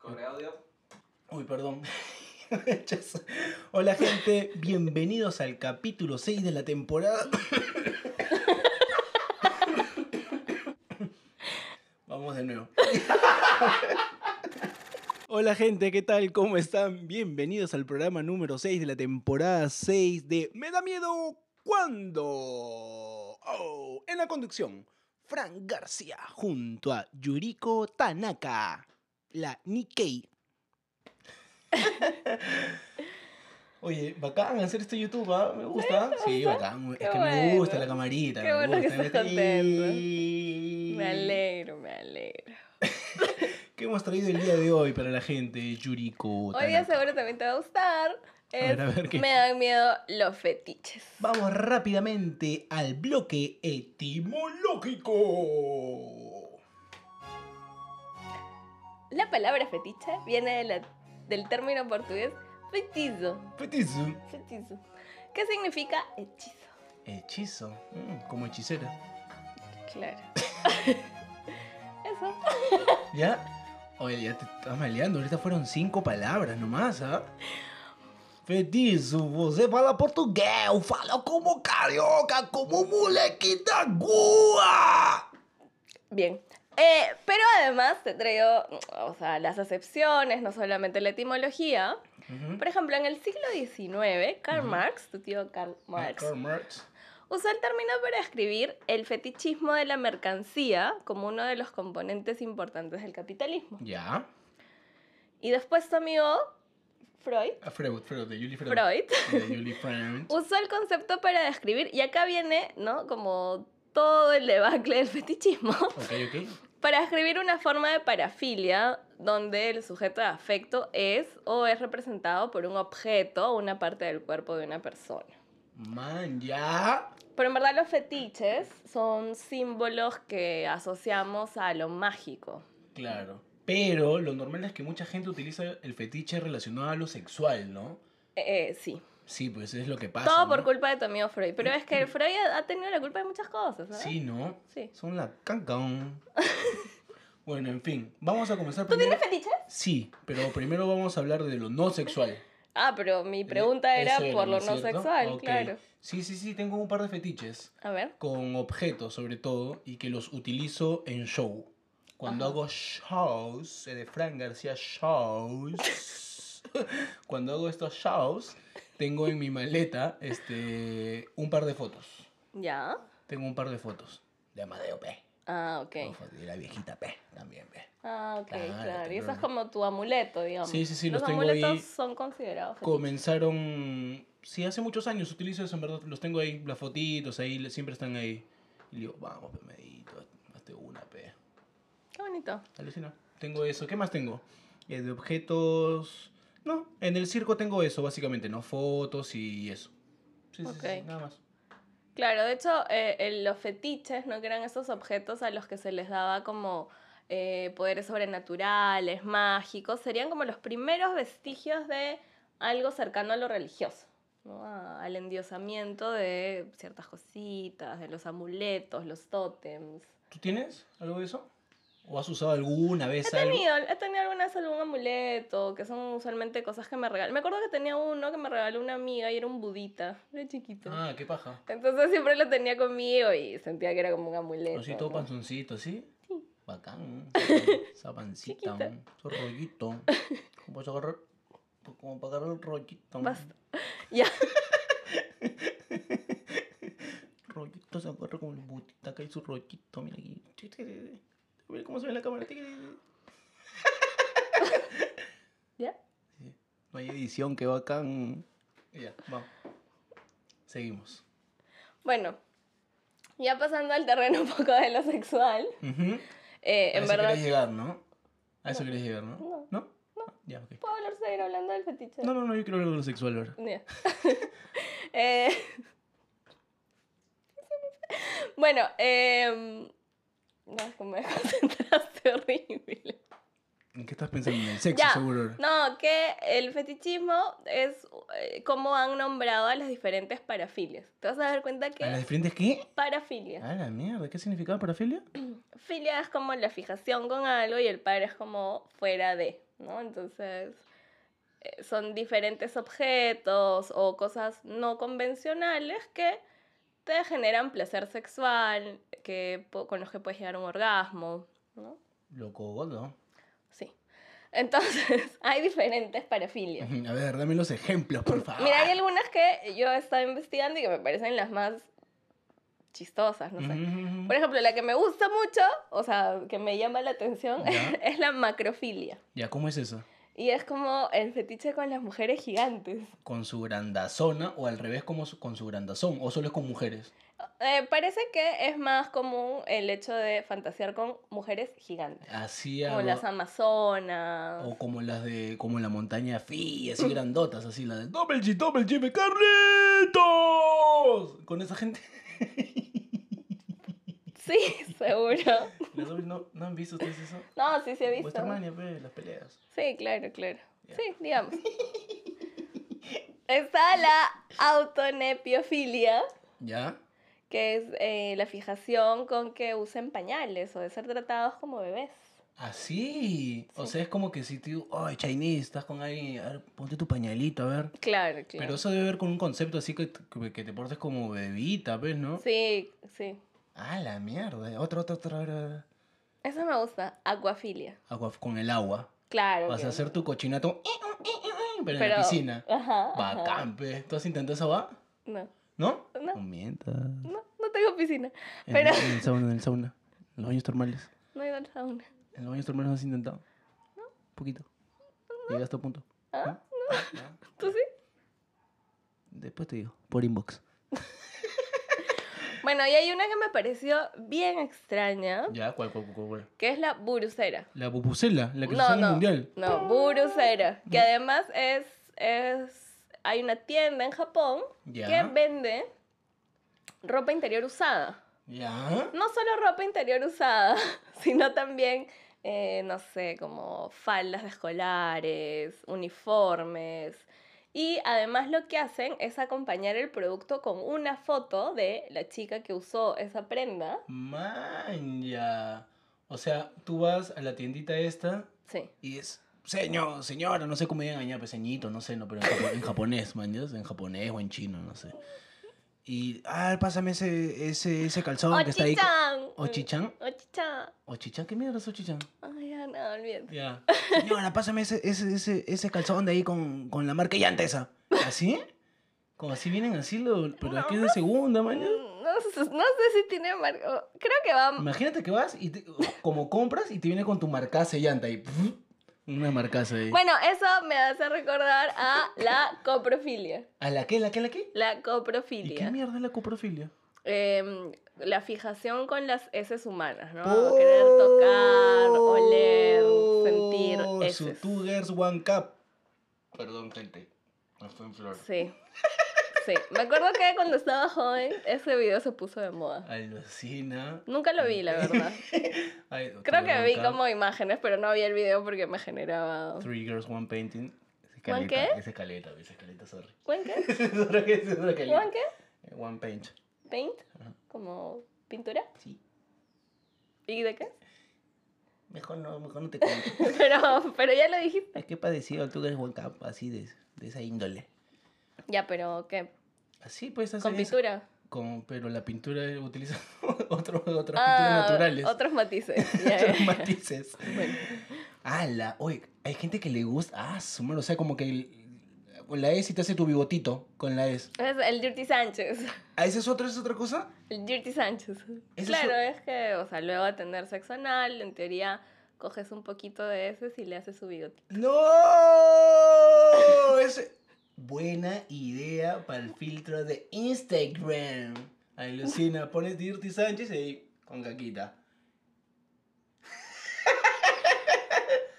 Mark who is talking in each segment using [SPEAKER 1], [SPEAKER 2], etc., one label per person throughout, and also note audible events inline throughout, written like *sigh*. [SPEAKER 1] Sobre audio.
[SPEAKER 2] Uy, perdón. *laughs* Rechazo. Hola gente, bienvenidos al capítulo 6 de la temporada. Vamos de nuevo. *laughs* Hola gente, ¿qué tal? ¿Cómo están? Bienvenidos al programa número 6 de la temporada 6 de Me da miedo cuando. Oh, en la conducción, Fran García junto a Yuriko Tanaka, la Nikkei. *laughs* Oye, bacán hacer este YouTube, ¿ah? Me gusta. Sí, bacán.
[SPEAKER 3] Qué
[SPEAKER 2] es que me gusta la
[SPEAKER 3] bueno.
[SPEAKER 2] camarita.
[SPEAKER 3] Qué
[SPEAKER 2] me
[SPEAKER 3] bueno que
[SPEAKER 2] gusta.
[SPEAKER 3] estés contento.
[SPEAKER 2] Y-
[SPEAKER 3] Me alegro, me alegro.
[SPEAKER 2] ¿Qué hemos traído el día de hoy para la gente, Yuriko?
[SPEAKER 3] Hoy día
[SPEAKER 2] Tanaka?
[SPEAKER 3] seguro también te va a gustar.
[SPEAKER 2] ver, a
[SPEAKER 3] Es
[SPEAKER 2] ver, ¿qué?
[SPEAKER 3] Me dan miedo los fetiches.
[SPEAKER 2] Vamos rápidamente al bloque etimológico.
[SPEAKER 3] La palabra fetiche viene de la- del término portugués fetizo.
[SPEAKER 2] Petizo.
[SPEAKER 3] Fetizo. ¿Qué significa hechizo?
[SPEAKER 2] Hechizo. Mm, como hechicera.
[SPEAKER 3] Claro. *laughs* Eso.
[SPEAKER 2] ¿Ya? Oye, ya te estás maleando. Ahorita fueron cinco palabras nomás, ¿ah? Petizo, você fala portugués, fala como carioca, como molequita gua.
[SPEAKER 3] Bien. Eh, pero además te traigo, o sea, las acepciones, no solamente la etimología.
[SPEAKER 2] Ujú.
[SPEAKER 3] Por ejemplo, en el siglo XIX, Karl
[SPEAKER 2] Ujú. Ah,
[SPEAKER 3] Marx, tu tío Karl Marx,
[SPEAKER 2] Karl Marx.
[SPEAKER 3] Usó el término para describir el fetichismo de la mercancía como uno de los componentes importantes del capitalismo.
[SPEAKER 2] Ya.
[SPEAKER 3] Y después su amigo Freud,
[SPEAKER 2] A Freud, Freud, de Julie Freud.
[SPEAKER 3] Freud
[SPEAKER 2] De Julie Freud.
[SPEAKER 3] usó el concepto para describir, y acá viene, ¿no? Como todo el debacle del fetichismo, *laughs*
[SPEAKER 2] Ok, ok.
[SPEAKER 3] para describir una forma de parafilia donde el sujeto de afecto es o es representado por un objeto o una parte del cuerpo de una persona.
[SPEAKER 2] Man, ya.
[SPEAKER 3] Pero en verdad los fetiches son símbolos que asociamos a lo mágico.
[SPEAKER 2] Claro. Pero lo normal es que mucha gente utiliza el fetiche relacionado a lo sexual, ¿no?
[SPEAKER 3] Eh, eh, sí.
[SPEAKER 2] Sí, pues es lo que pasa.
[SPEAKER 3] Todo
[SPEAKER 2] ¿no?
[SPEAKER 3] por culpa de tu amigo Freud. Pero es
[SPEAKER 2] *laughs*
[SPEAKER 3] que Freud ha- ha tenido la culpa de muchas cosas, ¿sabes?
[SPEAKER 2] Sí, ¿no?
[SPEAKER 3] Sí.
[SPEAKER 2] Son la
[SPEAKER 3] *laughs*
[SPEAKER 2] cancón. bueno, en fin. Vamos a comenzar
[SPEAKER 3] ¿Tú
[SPEAKER 2] primero.
[SPEAKER 3] tienes fetiches?
[SPEAKER 2] Sí, pero primero vamos a hablar de lo no sexual.
[SPEAKER 3] Ah, pero mi pregunta era
[SPEAKER 2] Eso
[SPEAKER 3] por
[SPEAKER 2] ¿no
[SPEAKER 3] lo
[SPEAKER 2] es
[SPEAKER 3] no
[SPEAKER 2] cierto?
[SPEAKER 3] sexual,
[SPEAKER 2] Ok.
[SPEAKER 3] claro.
[SPEAKER 2] Sí, sí, sí, tengo un par de fetiches.
[SPEAKER 3] A ver.
[SPEAKER 2] Con objetos, sobre todo, y que los utilizo en show. Cuando
[SPEAKER 3] Ajá.
[SPEAKER 2] hago shows, eh, de Fran García shows, *laughs* cuando hago estos shows, tengo en mi maleta este, un par de fotos.
[SPEAKER 3] ¿Ya?
[SPEAKER 2] Tengo un par de fotos de Amadeo P.
[SPEAKER 3] Ah, ok.
[SPEAKER 2] O foto de la viejita P también P.
[SPEAKER 3] Ah, ok,
[SPEAKER 2] Claro,
[SPEAKER 3] claro. Y eso
[SPEAKER 2] claro.
[SPEAKER 3] es como tu amuleto, digamos.
[SPEAKER 2] este Sí, sí, sí, los
[SPEAKER 3] los
[SPEAKER 2] tengo
[SPEAKER 3] amuletos
[SPEAKER 2] ahí.
[SPEAKER 3] son considerados fetiches.
[SPEAKER 2] Comenzaron, sí, hace muchos años utilizo eso, en verdad, los tengo ahí, las fotitos ahí, le- siempre están ahí. Y digo, vamos, pe, medito, hazte una P.
[SPEAKER 3] Qué bonito.
[SPEAKER 2] Alucina. Tengo eso. ¿Qué más tengo? Eh, de objetos. No, en el circo tengo eso, básicamente, ¿no? Fotos y eso. Sí, sí, sí, sí,
[SPEAKER 3] Ok.
[SPEAKER 2] nada más.
[SPEAKER 3] Claro, de hecho, eh, el- los fetiches, ¿no? Que eran esos objetos a los que se les daba como eh, poderes sobrenaturales, mágicos, serían como los primeros vestigios de algo cercano a lo religioso, ¿no? A- al endiosamiento de ciertas cositas, de los amuletos, los tótems.
[SPEAKER 2] ¿Tú tienes algo de eso? ¿O has usado alguna
[SPEAKER 3] He
[SPEAKER 2] vez algo?
[SPEAKER 3] tenido, he tenido alguna vez algún amuleto, que son usualmente cosas que me regalan. Me acuerdo que tenía uno que me regaló una amiga y era un budita, era chiquito.
[SPEAKER 2] Ah, qué paja.
[SPEAKER 3] Entonces siempre lo tenía conmigo y sentía que era como un amuleto.
[SPEAKER 2] Así todo
[SPEAKER 3] ¿no?
[SPEAKER 2] panzoncito, ¿sí?
[SPEAKER 3] Sí.
[SPEAKER 2] Bacán.
[SPEAKER 3] *laughs*
[SPEAKER 2] Esa pancita,
[SPEAKER 3] Chiquita.
[SPEAKER 2] ¿no? ese rollito. ¿Cómo puedes agarrar? Pues, Como para agarrar el rollito. ¿no? *laughs*
[SPEAKER 3] Basta. Ya.
[SPEAKER 2] Rollito se agarra con el butita. Acá hay su rollito. Mira aquí. Mira cómo se ve en la cámara.
[SPEAKER 3] *laughs* ¿Ya?
[SPEAKER 2] No hay edición, qué bacán. Ya, vamos. Seguimos.
[SPEAKER 3] Bueno, ya pasando al terreno *laughs* un poco de lo sexual. eh,
[SPEAKER 2] A
[SPEAKER 3] en
[SPEAKER 2] eso
[SPEAKER 3] verdad.
[SPEAKER 2] querés llegar, ¿no? A eso querés llegar, ¿no?
[SPEAKER 3] No.
[SPEAKER 2] ¿No? Ah, Ya, ok.
[SPEAKER 3] ¿Puedo hablar seguir hablando del fetiche?
[SPEAKER 2] No, no, no, yo quiero hablar de lo sexual ahora.
[SPEAKER 3] Ya. *laughs* Eh, *laughs* bueno, eh, no, es como me *laughs* concentraste horrible.
[SPEAKER 2] ¿En qué estás pensando? En el sexo,
[SPEAKER 3] Ya.
[SPEAKER 2] seguro. ahora.
[SPEAKER 3] No, que el fetichismo es eh, cómo han nombrado a las diferentes parafilias. Te vas a dar cuenta
[SPEAKER 2] ¿A las
[SPEAKER 3] que
[SPEAKER 2] diferentes qué?
[SPEAKER 3] parafilia.
[SPEAKER 2] A la mierda, ¿qué significaba parafilia?
[SPEAKER 3] Filia es como la fijación con algo y el para es como fuera de, ¿no? Entonces, eh, son diferentes objetos o cosas no convencionales que te generan placer sexual, que, po- con los que puedes llegar a un orgasmo, ¿no?
[SPEAKER 2] Loco, gordo.
[SPEAKER 3] Sí. Entonces, *laughs* hay diferentes parafilias.
[SPEAKER 2] Ujú, *laughs* A ver, dame los ejemplos, por favor.
[SPEAKER 3] *laughs* Mira, hay algunas que yo he estado investigando y que me parecen las más chistosas, no sé.
[SPEAKER 2] Ujú,
[SPEAKER 3] Por ejemplo, la que me gusta mucho, o sea, que me llama la atención,
[SPEAKER 2] Ya.
[SPEAKER 3] *laughs* es la macrofilia.
[SPEAKER 2] Ya, ¿cómo es eso?
[SPEAKER 3] Y es como el fetiche con las mujeres gigantes.
[SPEAKER 2] ¿Con su grandazona o al revés como su- con su grandazón? ¿O solo es con mujeres?
[SPEAKER 3] Eh, parece que es más común el hecho de fantasear con mujeres gigantes.
[SPEAKER 2] Así
[SPEAKER 3] Como
[SPEAKER 2] algo-
[SPEAKER 3] las amazonas.
[SPEAKER 2] O como las de. como la montaña Fi, así grandotas, así la de. ¡Double G, Double G, me Carlitos! Con esa gente.
[SPEAKER 3] *laughs* Sí, seguro.
[SPEAKER 2] ¿Las Double ¿No, ¿No han visto ustedes eso?
[SPEAKER 3] No, sí, sí he visto.
[SPEAKER 2] Westermania, pe, las peleas.
[SPEAKER 3] Sí, claro, claro.
[SPEAKER 2] Ya.
[SPEAKER 3] Sí, digamos. *laughs* Está la autonepiofilia,
[SPEAKER 2] ¿Ya?
[SPEAKER 3] que es eh, la fijación con que usen pañales o de ser tratados como bebés.
[SPEAKER 2] Así. Ah, O
[SPEAKER 3] Sí.
[SPEAKER 2] sea, es como que si tú. ¡Ay, Chinese! Estás con alguien. A ver, ponte tu pañalito, a ver.
[SPEAKER 3] Claro, claro.
[SPEAKER 2] Pero eso debe ver con un concepto así que, que- que te portes como bebita, ¿ves, no?
[SPEAKER 3] Sí, sí.
[SPEAKER 2] Ah, la mierda. Otra, otra, otra. otra.
[SPEAKER 3] Esa me gusta. Acuafilia.
[SPEAKER 2] Agua, con el agua.
[SPEAKER 3] Claro.
[SPEAKER 2] Vas a
[SPEAKER 3] que-
[SPEAKER 2] hacer tu cochinato. "Eh, Pero en la piscina.
[SPEAKER 3] Ajá. ajá.
[SPEAKER 2] Bacán, pe. ¿Tú has intentado esa va?
[SPEAKER 3] No,
[SPEAKER 2] ¿No?
[SPEAKER 3] No.
[SPEAKER 2] mientas.
[SPEAKER 3] no, no tengo piscina.
[SPEAKER 2] En,
[SPEAKER 3] Pero-
[SPEAKER 2] en el sauna, en el sauna. En los baños termales.
[SPEAKER 3] No he ido al sauna.
[SPEAKER 2] En los baños termales no has intentado. Un poquito. Llegaste a punto.
[SPEAKER 3] ¿Ah?
[SPEAKER 2] ¿No? ¿No?
[SPEAKER 3] ¿Tú sí?
[SPEAKER 2] Después te digo, por inbox.
[SPEAKER 3] Bueno, y hay una que me pareció bien extraña,
[SPEAKER 2] Ya, ¿cuál, cuál, cuál, cuál?
[SPEAKER 3] que es la burucera.
[SPEAKER 2] La pupusela, la que se
[SPEAKER 3] No,
[SPEAKER 2] usa en el
[SPEAKER 3] no,
[SPEAKER 2] mundial.
[SPEAKER 3] no, burucera. Que además es, es, hay una tienda en Japón
[SPEAKER 2] Ya.
[SPEAKER 3] que vende ropa interior usada.
[SPEAKER 2] Ya.
[SPEAKER 3] No solo ropa interior usada, *laughs* sino también, eh, no sé, como faldas de escolares, uniformes. Y además lo que hacen es acompañar el producto con una foto de la chica que usó esa prenda.
[SPEAKER 2] Man, ya. O sea, tú vas a la tiendita esta
[SPEAKER 3] Sí.
[SPEAKER 2] y es. Señor, señora, no sé cómo digan allá, peseñito, no sé, no, pero en, japo- en japonés, man, ¿ya? en japonés o en chino, no sé. Y, ah, pásame ese, ese, ese calzón que está ahí. con-
[SPEAKER 3] Ochichan.
[SPEAKER 2] Ochichan.
[SPEAKER 3] Ochichan.
[SPEAKER 2] Ochichan, ¿qué mierda es Ochichan?
[SPEAKER 3] Ay, ya no, olvídate.
[SPEAKER 2] Ya. Señora, pásame ese, ese, ese, ese calzón de ahí con, con la marca llanta esa. ¿Así? Como así vienen así, lo, pero es que es de segunda, man. ¿ya?
[SPEAKER 3] Mm, No, sé- no sé si tiene marco. Creo que va.
[SPEAKER 2] Imagínate que vas y te- como compras y te viene con tu marcaza de llanta y una marcaza ahí.
[SPEAKER 3] Bueno, eso me hace recordar a la coprofilia.
[SPEAKER 2] ¿A la qué, la qué, la qué?
[SPEAKER 3] La
[SPEAKER 2] ¿Y qué
[SPEAKER 3] coprofilia.
[SPEAKER 2] mierda es la coprofilia?
[SPEAKER 3] Em, la fijación con las heces humanas, ¿no?
[SPEAKER 2] ¡Oh!
[SPEAKER 3] Querer tocar, oler, sentir
[SPEAKER 2] Oh, Su
[SPEAKER 3] heces.
[SPEAKER 2] two girls, one cup. Perdón, gente. Me fue en flor.
[SPEAKER 3] Sí. Sí. Me acuerdo que cuando estaba joven, ese video se puso de moda.
[SPEAKER 2] Alucina.
[SPEAKER 3] Nunca lo vi,
[SPEAKER 2] *laughs*
[SPEAKER 3] la verdad.
[SPEAKER 2] Ay,
[SPEAKER 3] Creo
[SPEAKER 2] two
[SPEAKER 3] que
[SPEAKER 2] girls,
[SPEAKER 3] vi
[SPEAKER 2] one cup.
[SPEAKER 3] como imágenes, pero no vi el video porque me generaba.
[SPEAKER 2] Three girls, one painting. Esa es
[SPEAKER 3] Oh. ¿One
[SPEAKER 2] caleta,
[SPEAKER 3] qué?
[SPEAKER 2] Esa es caleta, esa es caleta, sorry. *laughs*
[SPEAKER 3] ¿Juan qué?
[SPEAKER 2] Esa es otra que- esa es otra caleta.
[SPEAKER 3] ¿Juan qué?
[SPEAKER 2] Eh, One paint.
[SPEAKER 3] ¿Paint?
[SPEAKER 2] Ajá.
[SPEAKER 3] ¿Como pintura?
[SPEAKER 2] Sí.
[SPEAKER 3] ¿Y de qué? *laughs*
[SPEAKER 2] Mejor no, mejor no te cuento.
[SPEAKER 3] Pero, pero ya lo dijiste.
[SPEAKER 2] es que he padecido el two girls, one cup, así de, de esa índole.
[SPEAKER 3] Ya, pero ¿qué?
[SPEAKER 2] Así pues
[SPEAKER 3] ¿Con
[SPEAKER 2] hacen eso.
[SPEAKER 3] pintura?
[SPEAKER 2] Con, pero la pintura utiliza *laughs* otro- otras
[SPEAKER 3] Ah,
[SPEAKER 2] pinturas naturales. *laughs*
[SPEAKER 3] Otros matices. ya,
[SPEAKER 2] Otros
[SPEAKER 3] ya.
[SPEAKER 2] matices.
[SPEAKER 3] Bueno,
[SPEAKER 2] Ala, oye, hay gente que le gusta. Ah, su madre, o sea, como que el- con la S y te hace tu bigotito con la S.
[SPEAKER 3] es el Dirty Sánchez.
[SPEAKER 2] ¿A esa es otra, esa es otra cosa?
[SPEAKER 3] El Dirty Sánchez.
[SPEAKER 2] Ese
[SPEAKER 3] Claro,
[SPEAKER 2] es
[SPEAKER 3] es que, o sea, luego de tener sexo anal, en teoría coges un poquito de ese y le haces su bigote.
[SPEAKER 2] ¡No! Es buena idea para el filtro de Instagram. Alucina, pones Dirty Sánchez y ahí con caquita.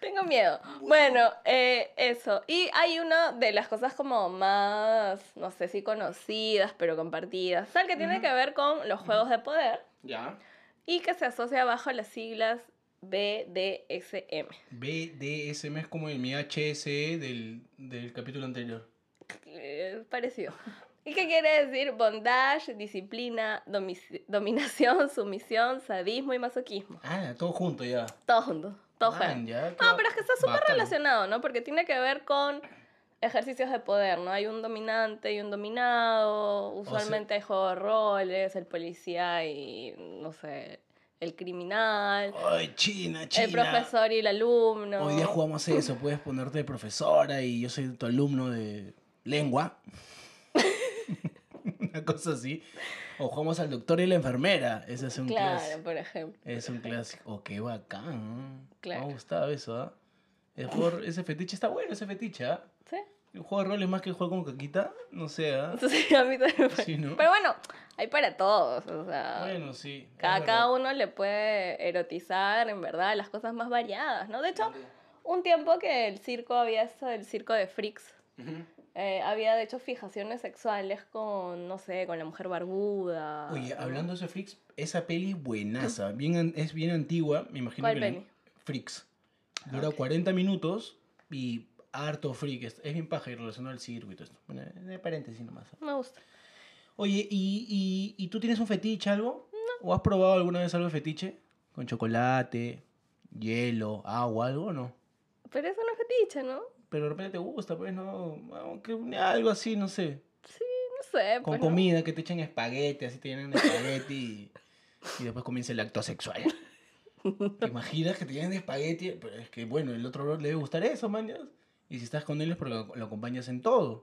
[SPEAKER 3] Tengo miedo. Bueno, eh, eso. Y hay una de las cosas como más, no sé si conocidas, pero compartidas. Tal que tiene
[SPEAKER 2] Ujú.
[SPEAKER 3] que ver con los juegos de poder.
[SPEAKER 2] Ya.
[SPEAKER 3] y que se asocia bajo las siglas BDSM.
[SPEAKER 2] E BDSM es como el mi HSE del, del capítulo anterior.
[SPEAKER 3] eh, parecido. *laughs* ¿Y qué quiere decir? Bondage, disciplina, domici- dominación, *laughs* sumisión, sadismo y masoquismo.
[SPEAKER 2] Ah, todo junto ya.
[SPEAKER 3] Todo junto, todo
[SPEAKER 2] Man,
[SPEAKER 3] junto.
[SPEAKER 2] ya, todo-
[SPEAKER 3] No, pero es que está súper
[SPEAKER 2] bacán.
[SPEAKER 3] relacionado, ¿no? Porque tiene que ver con ejercicios de poder, ¿no? Hay un dominante y un dominado,
[SPEAKER 2] sea-
[SPEAKER 3] usualmente hay juego de roles, el policía y, no sé, el criminal,
[SPEAKER 2] Ay, China, Oh, China.
[SPEAKER 3] el profesor y el alumno.
[SPEAKER 2] Hoy día jugamos eso, puedes ponerte de profesora y yo soy tu alumno de lengua. *laughs* Una cosa así. O jugamos al doctor y la enfermera. Ese es un
[SPEAKER 3] Claro,
[SPEAKER 2] clásico.
[SPEAKER 3] por ejemplo.
[SPEAKER 2] Es un clásico. Oh, qué bacán. ¿eh?
[SPEAKER 3] Claro.
[SPEAKER 2] Me ha gustado eso, ¿ah? El juego- Ese fetiche está bueno, ese fetiche, ¿ah?
[SPEAKER 3] ¿Sí? *laughs*
[SPEAKER 2] El juego de rol es más que el juego con caquita, no sé, ¿ah?
[SPEAKER 3] Entonces, a mí también me parece.
[SPEAKER 2] Sí, ¿no?
[SPEAKER 3] Pero bueno, hay para todos, o sea.
[SPEAKER 2] Bueno, sí. es
[SPEAKER 3] Cada,
[SPEAKER 2] verdad.
[SPEAKER 3] cada uno le puede erotizar, en verdad, las cosas más variadas, ¿no? De hecho, un tiempo que el circo había esto del circo de freaks. eh, había, de hecho, fijaciones sexuales con, no sé, con la mujer barbuda.
[SPEAKER 2] Oye, hablando de ese Freaks, esa peli es buenaza. Bien, an- es bien antigua, me imagino
[SPEAKER 3] Ah.
[SPEAKER 2] que
[SPEAKER 3] ¿Cuál
[SPEAKER 2] la-
[SPEAKER 3] peli? Ah,
[SPEAKER 2] Freaks. Dura 40 minutos y harto freak. Es, es bien paja y relacionado al circo y todo esto. Bueno, de paréntesis nomás.
[SPEAKER 3] Me gusta.
[SPEAKER 2] Oye, ¿y, y, y tú tienes un fetiche algo? ¿O has probado alguna vez algo de fetiche? ¿Con chocolate, hielo, agua, algo o no?
[SPEAKER 3] Pero eso no es fetiche, ¿no?
[SPEAKER 2] Pero de repente te gusta, pues no. Aunque algo así, no sé.
[SPEAKER 3] No sé.
[SPEAKER 2] Con
[SPEAKER 3] pues, ¿no?
[SPEAKER 2] comida, que te echan espagueti, así te llenan de espagueti y, y después comienza el acto sexual.
[SPEAKER 3] *laughs*
[SPEAKER 2] ¿Te imaginas que te llenan de espagueti? Pero es que, bueno, el otro bro le debe gustar eso, mañas. Y si estás con él es porque lo, lo acompañas en todo.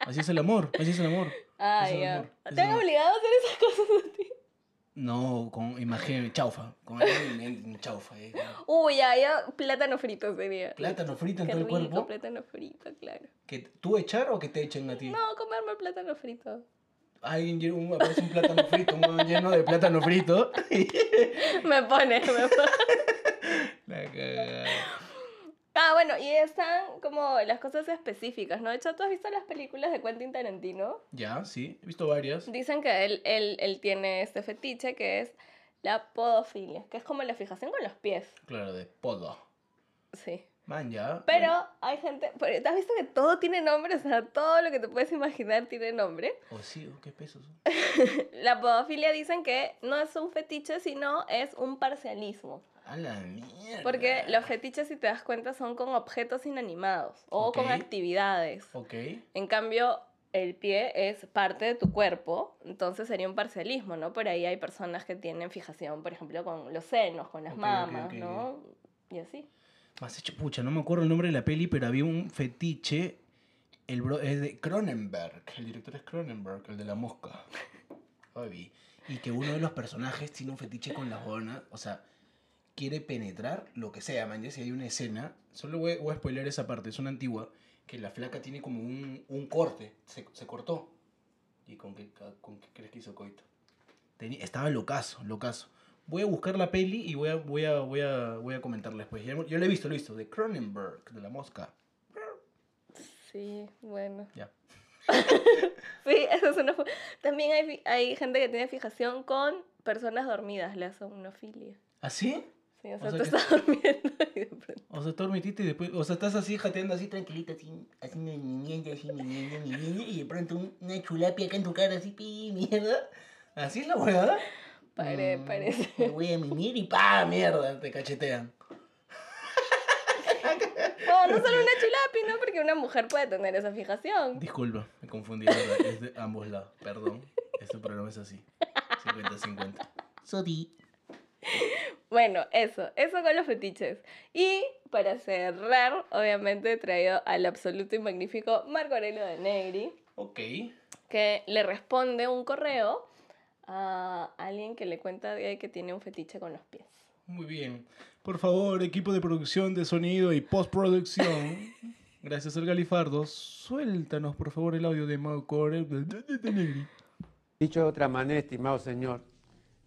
[SPEAKER 2] Así es el amor, así es el amor. Eso es
[SPEAKER 3] Ay, Ah, ya.
[SPEAKER 2] amor, eso
[SPEAKER 3] ¿Te han
[SPEAKER 2] es amor.
[SPEAKER 3] obligado a hacer esas cosas a ti?
[SPEAKER 2] No, con, imagínate, chaufa. Con alguien en- en chaufa. eh, con
[SPEAKER 3] Uy, ya, ya, plátano frito sería.
[SPEAKER 2] Plátano frito en
[SPEAKER 3] Qué
[SPEAKER 2] todo el
[SPEAKER 3] rico,
[SPEAKER 2] cuerpo.
[SPEAKER 3] plátano frito, claro.
[SPEAKER 2] ¿Que ¿Tú echar o que te echen a ti?
[SPEAKER 3] No, comerme el plátano frito. *laughs*
[SPEAKER 2] Alguien lleva un, aparece un plátano frito, un huevón lleno de plátano frito. *laughs*
[SPEAKER 3] Me pone, me pone.
[SPEAKER 2] La cagada.
[SPEAKER 3] Ah, bueno, y están como las cosas específicas, ¿no? De hecho, ¿tú has visto las películas de Quentin Tarantino?
[SPEAKER 2] Ya, sí, he visto varias.
[SPEAKER 3] Dicen que él, él, él tiene este fetiche que es la podofilia, que es como la fijación con los pies.
[SPEAKER 2] Claro, de podo.
[SPEAKER 3] Sí.
[SPEAKER 2] Man, ya.
[SPEAKER 3] Pero hay gente. pero ¿Te has visto que todo tiene nombre? O sea, todo lo que te puedes imaginar tiene nombre.
[SPEAKER 2] O sí, oh, qué pesos.
[SPEAKER 3] La podofilia dicen que no es un fetiche, sino es un parcialismo.
[SPEAKER 2] A la mierda.
[SPEAKER 3] Porque los fetiches, si te das cuenta, son con objetos inanimados o
[SPEAKER 2] Ok.
[SPEAKER 3] con actividades.
[SPEAKER 2] Ok.
[SPEAKER 3] En cambio, el pie es parte de tu cuerpo, entonces sería un parcialismo, ¿no? Por ahí hay personas que tienen fijación, por ejemplo, con los senos, con las
[SPEAKER 2] Ok, ok,
[SPEAKER 3] mamas,
[SPEAKER 2] ok,
[SPEAKER 3] ¿no? Y así.
[SPEAKER 2] Más hecho, pucha, no me acuerdo el nombre de la peli, pero había un fetiche. El bro es de Cronenberg. El director es Cronenberg, el de la mosca. Ay, vi. Y que uno de los personajes tiene un fetiche con las bonas. O sea, quiere penetrar lo que sea, man. Ya si hay una escena. Solo voy, voy a spoiler esa parte, es una antigua. Que la flaca tiene como un, un corte. Se, se cortó. ¿Y con qué, ca- con qué crees que hizo coito? Teni- estaba locazo, locazo. Voy a buscar la peli y voy a, voy a, voy a, voy a comentarla después. Ya- Yo la he visto, lo he visto. De Cronenberg, de la mosca.
[SPEAKER 3] Sí, bueno.
[SPEAKER 2] Ya.
[SPEAKER 3] *laughs* Sí, eso es una... También hay, fi- hay gente que tiene fijación con personas dormidas, la somnofilia.
[SPEAKER 2] ¿Así?
[SPEAKER 3] Sí, o
[SPEAKER 2] O sea
[SPEAKER 3] sea, tú
[SPEAKER 2] que-
[SPEAKER 3] estás *laughs* durmiendo y
[SPEAKER 2] *laughs*
[SPEAKER 3] de pronto-
[SPEAKER 2] O sea, tú dormitiste y después. O sea, estás así jateando así tranquilita, así, así mi niña, así mi niña, mi niña, y de pronto un- una chulapia acá en tu cara, así, pi, mierda. Así es la huevada.
[SPEAKER 3] Pare-
[SPEAKER 2] Mm,
[SPEAKER 3] parece.
[SPEAKER 2] Me voy a mimir y pa, mierda, te cachetean.
[SPEAKER 3] Bueno, no solo una chulapi, ¿no? Porque una mujer puede tener esa fijación.
[SPEAKER 2] Disculpa, me confundí, la verdad, es de ambos lados. Perdón, este programa es así. 50-50. Sorry.
[SPEAKER 3] Bueno, eso, eso con los fetiches. Y para cerrar, obviamente he traído al absoluto y magnífico Marco Aurelio de Negri,
[SPEAKER 2] Ok.
[SPEAKER 3] que le responde un correo a alguien que le cuenta de que tiene un fetiche con los pies.
[SPEAKER 2] Muy bien. Por favor, equipo de producción de sonido y *laughs* postproducción. Gracias al Galifardo. Suéltanos, por favor, el audio de Maucore.
[SPEAKER 1] Dicho de otra manera, estimado señor,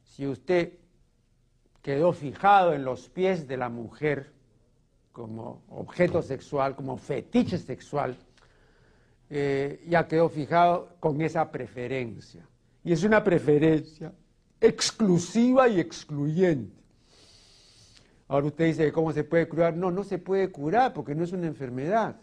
[SPEAKER 1] si usted quedó fijado en los pies de la mujer como objeto sexual, como fetiche sexual, eh, ya quedó fijado con esa preferencia. Y es una preferencia exclusiva y excluyente. Ahora usted dice, ¿cómo se puede curar? No, no se puede curar porque no es una enfermedad.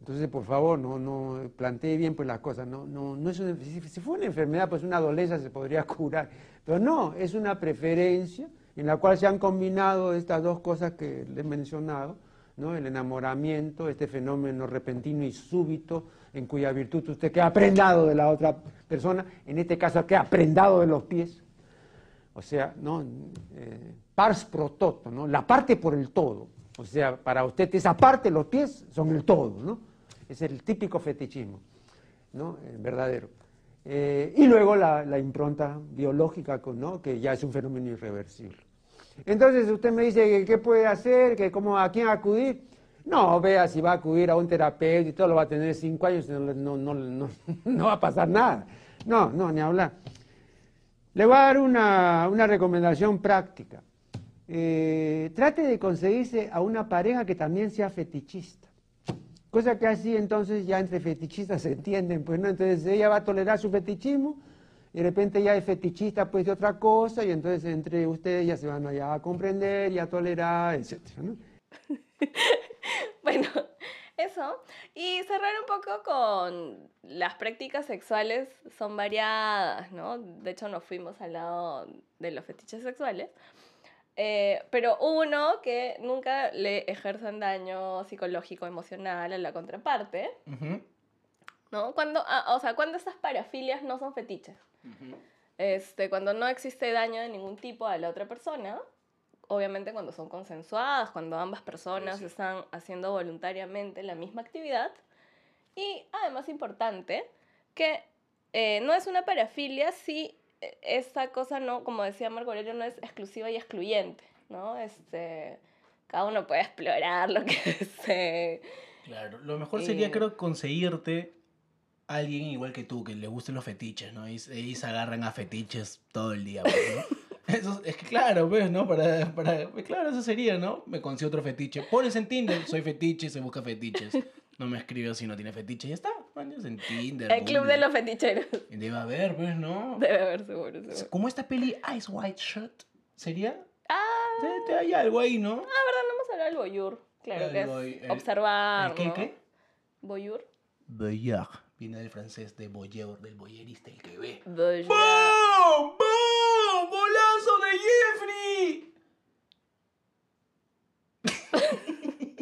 [SPEAKER 1] Entonces, por favor, no, no plantee bien pues las cosas. No, no, no es una- si, si fuera una enfermedad, pues una dolencia se podría *laughs* curar. Pero no, es una preferencia en la cual se han combinado estas dos cosas que le he mencionado, ¿no? El enamoramiento, este fenómeno repentino y súbito, en cuya virtud usted queda prendado de la otra persona, en este caso queda prendado de los pies. O sea, ¿no? Eh, pars pro toto, ¿no? La parte por el todo. O sea, para usted esa parte, los pies, son el todo, ¿no? Es el típico fetichismo, ¿no? Eh, verdadero. Eh, y luego la, la impronta biológica, con- ¿no? Que ya es un fenómeno irreversible. Entonces usted me dice que qué puede hacer, que cómo, a quién acudir. No, vea si va a acudir a un terapeuta y todo, lo va a tener cinco años, no, no, no, no, *laughs* no va a pasar nada. No, no, ni hablar. Le voy a dar una, una recomendación práctica. Eh, trate de conseguirse a una pareja que también sea fetichista. Cosa que así entonces ya entre fetichistas se entienden, pues no, entonces ella va a tolerar su fetichismo y de repente ya es fetichista pues de otra cosa y entonces entre ustedes ya se van allá a comprender y a tolerar, etcétera, ¿no?
[SPEAKER 3] *laughs* Bueno, eso. Y cerrar un poco con las prácticas sexuales son variadas, ¿no? De hecho, nos fuimos al lado de los fetiches sexuales. Eh, pero uno que nunca le ejerzan daño psicológico, emocional a la contraparte,
[SPEAKER 2] Ujú,
[SPEAKER 3] ¿no? Cuando, ah, o sea, cuando estas parafilias no son fetiches.
[SPEAKER 2] ujú.
[SPEAKER 3] Este, cuando no existe daño de ningún tipo a la otra persona, obviamente cuando son consensuadas, cuando ambas personas
[SPEAKER 2] Sí, sí.
[SPEAKER 3] están haciendo voluntariamente la misma actividad. Y además importante, que eh, no es una parafilia si eh, esa cosa no, como decía Marco Aurelio, no es exclusiva y excluyente, ¿no? Este, cada uno puede explorar lo que *laughs* desee.
[SPEAKER 2] Claro, lo mejor
[SPEAKER 3] Eh,
[SPEAKER 2] sería, creo, conseguirte a alguien igual que tú, que le gusten los fetiches, ¿no? Y, y se agarran a fetiches todo el día, pues, *laughs* ¿no? Eso, es que claro, pues, ¿no? Para, para, pues, claro, eso sería, ¿no? Me consigo otro fetiche. Pones en Tinder, soy fetiche, se busca fetiches. No me escribió si no tiene fetiche, ya está. Pones en Tinder.
[SPEAKER 3] El club
[SPEAKER 2] Bumble.
[SPEAKER 3] de los feticheros. *laughs*
[SPEAKER 2] Debe haber, pues, ¿no?
[SPEAKER 3] Debe haber seguro, seguro.
[SPEAKER 2] Como esta peli Ice White Shot, ¿sería?
[SPEAKER 3] Ah,
[SPEAKER 2] Sí, te- Hay algo ahí, ¿no?
[SPEAKER 3] verdad, no hemos hablado del voyeur. Claro
[SPEAKER 2] El
[SPEAKER 3] que
[SPEAKER 2] voy-
[SPEAKER 3] es
[SPEAKER 2] el-
[SPEAKER 3] observar,
[SPEAKER 2] ¿El qué,
[SPEAKER 3] Ah, ¿no?
[SPEAKER 2] qué?
[SPEAKER 3] Voyeur.
[SPEAKER 2] Voyeur. Viene del francés de voyeur, del voyeurista, el que ve.
[SPEAKER 3] Voyeur.
[SPEAKER 2] ¡Bum! ¡Bum! ¡Golazo de
[SPEAKER 3] *laughs*
[SPEAKER 2] Jeffrey!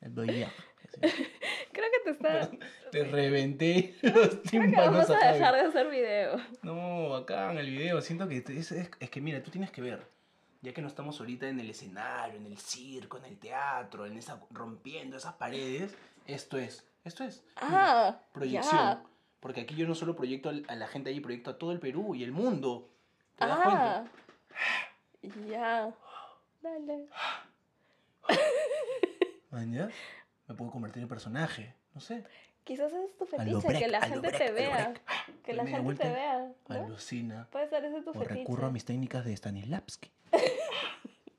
[SPEAKER 2] El voyeur.
[SPEAKER 3] *laughs*
[SPEAKER 2] Así.
[SPEAKER 3] Creo que te está.
[SPEAKER 2] Te reventé los
[SPEAKER 3] Creo que vamos
[SPEAKER 2] tímpanos
[SPEAKER 3] a
[SPEAKER 2] acá.
[SPEAKER 3] dejar de hacer video.
[SPEAKER 2] No, acá en el video, siento que te- es, es- es que mira, tú tienes que ver, ya que no estamos ahorita en el escenario, en el circo, en el teatro, en esa, rompiendo esas paredes, esto es, esto es. mira,
[SPEAKER 3] Ah,
[SPEAKER 2] proyección.
[SPEAKER 3] ya.
[SPEAKER 2] Porque aquí yo no solo proyecto al- a la gente allí, proyecto a todo el Perú y el mundo. ¿Te das
[SPEAKER 3] Ah,
[SPEAKER 2] cuenta?
[SPEAKER 3] ya. Dale.
[SPEAKER 2] Man, ¿ya? Me puedo convertir en personaje, no sé.
[SPEAKER 3] Quizás ese es tu
[SPEAKER 2] A lo
[SPEAKER 3] fetiche,
[SPEAKER 2] Brecht,
[SPEAKER 3] que la
[SPEAKER 2] a lo
[SPEAKER 3] gente
[SPEAKER 2] Brecht, a
[SPEAKER 3] te
[SPEAKER 2] lo
[SPEAKER 3] vea.
[SPEAKER 2] Brecht. Ah,
[SPEAKER 3] Que
[SPEAKER 2] doy
[SPEAKER 3] la
[SPEAKER 2] media
[SPEAKER 3] gente
[SPEAKER 2] vuelta,
[SPEAKER 3] te vea. ¿no?
[SPEAKER 2] Alucina.
[SPEAKER 3] Puede ser ese tu
[SPEAKER 2] O recurro a
[SPEAKER 3] fetiche.
[SPEAKER 2] mis técnicas de
[SPEAKER 3] *laughs*
[SPEAKER 2] Stanislavski.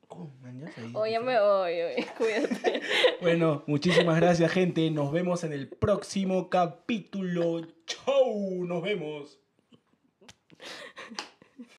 [SPEAKER 2] Oh, man, ya, ahí-
[SPEAKER 3] O ya me voy, oye, cuídate.
[SPEAKER 2] Bueno, muchísimas gracias, gente. Nos vemos en el próximo capítulo. Chau, nos vemos.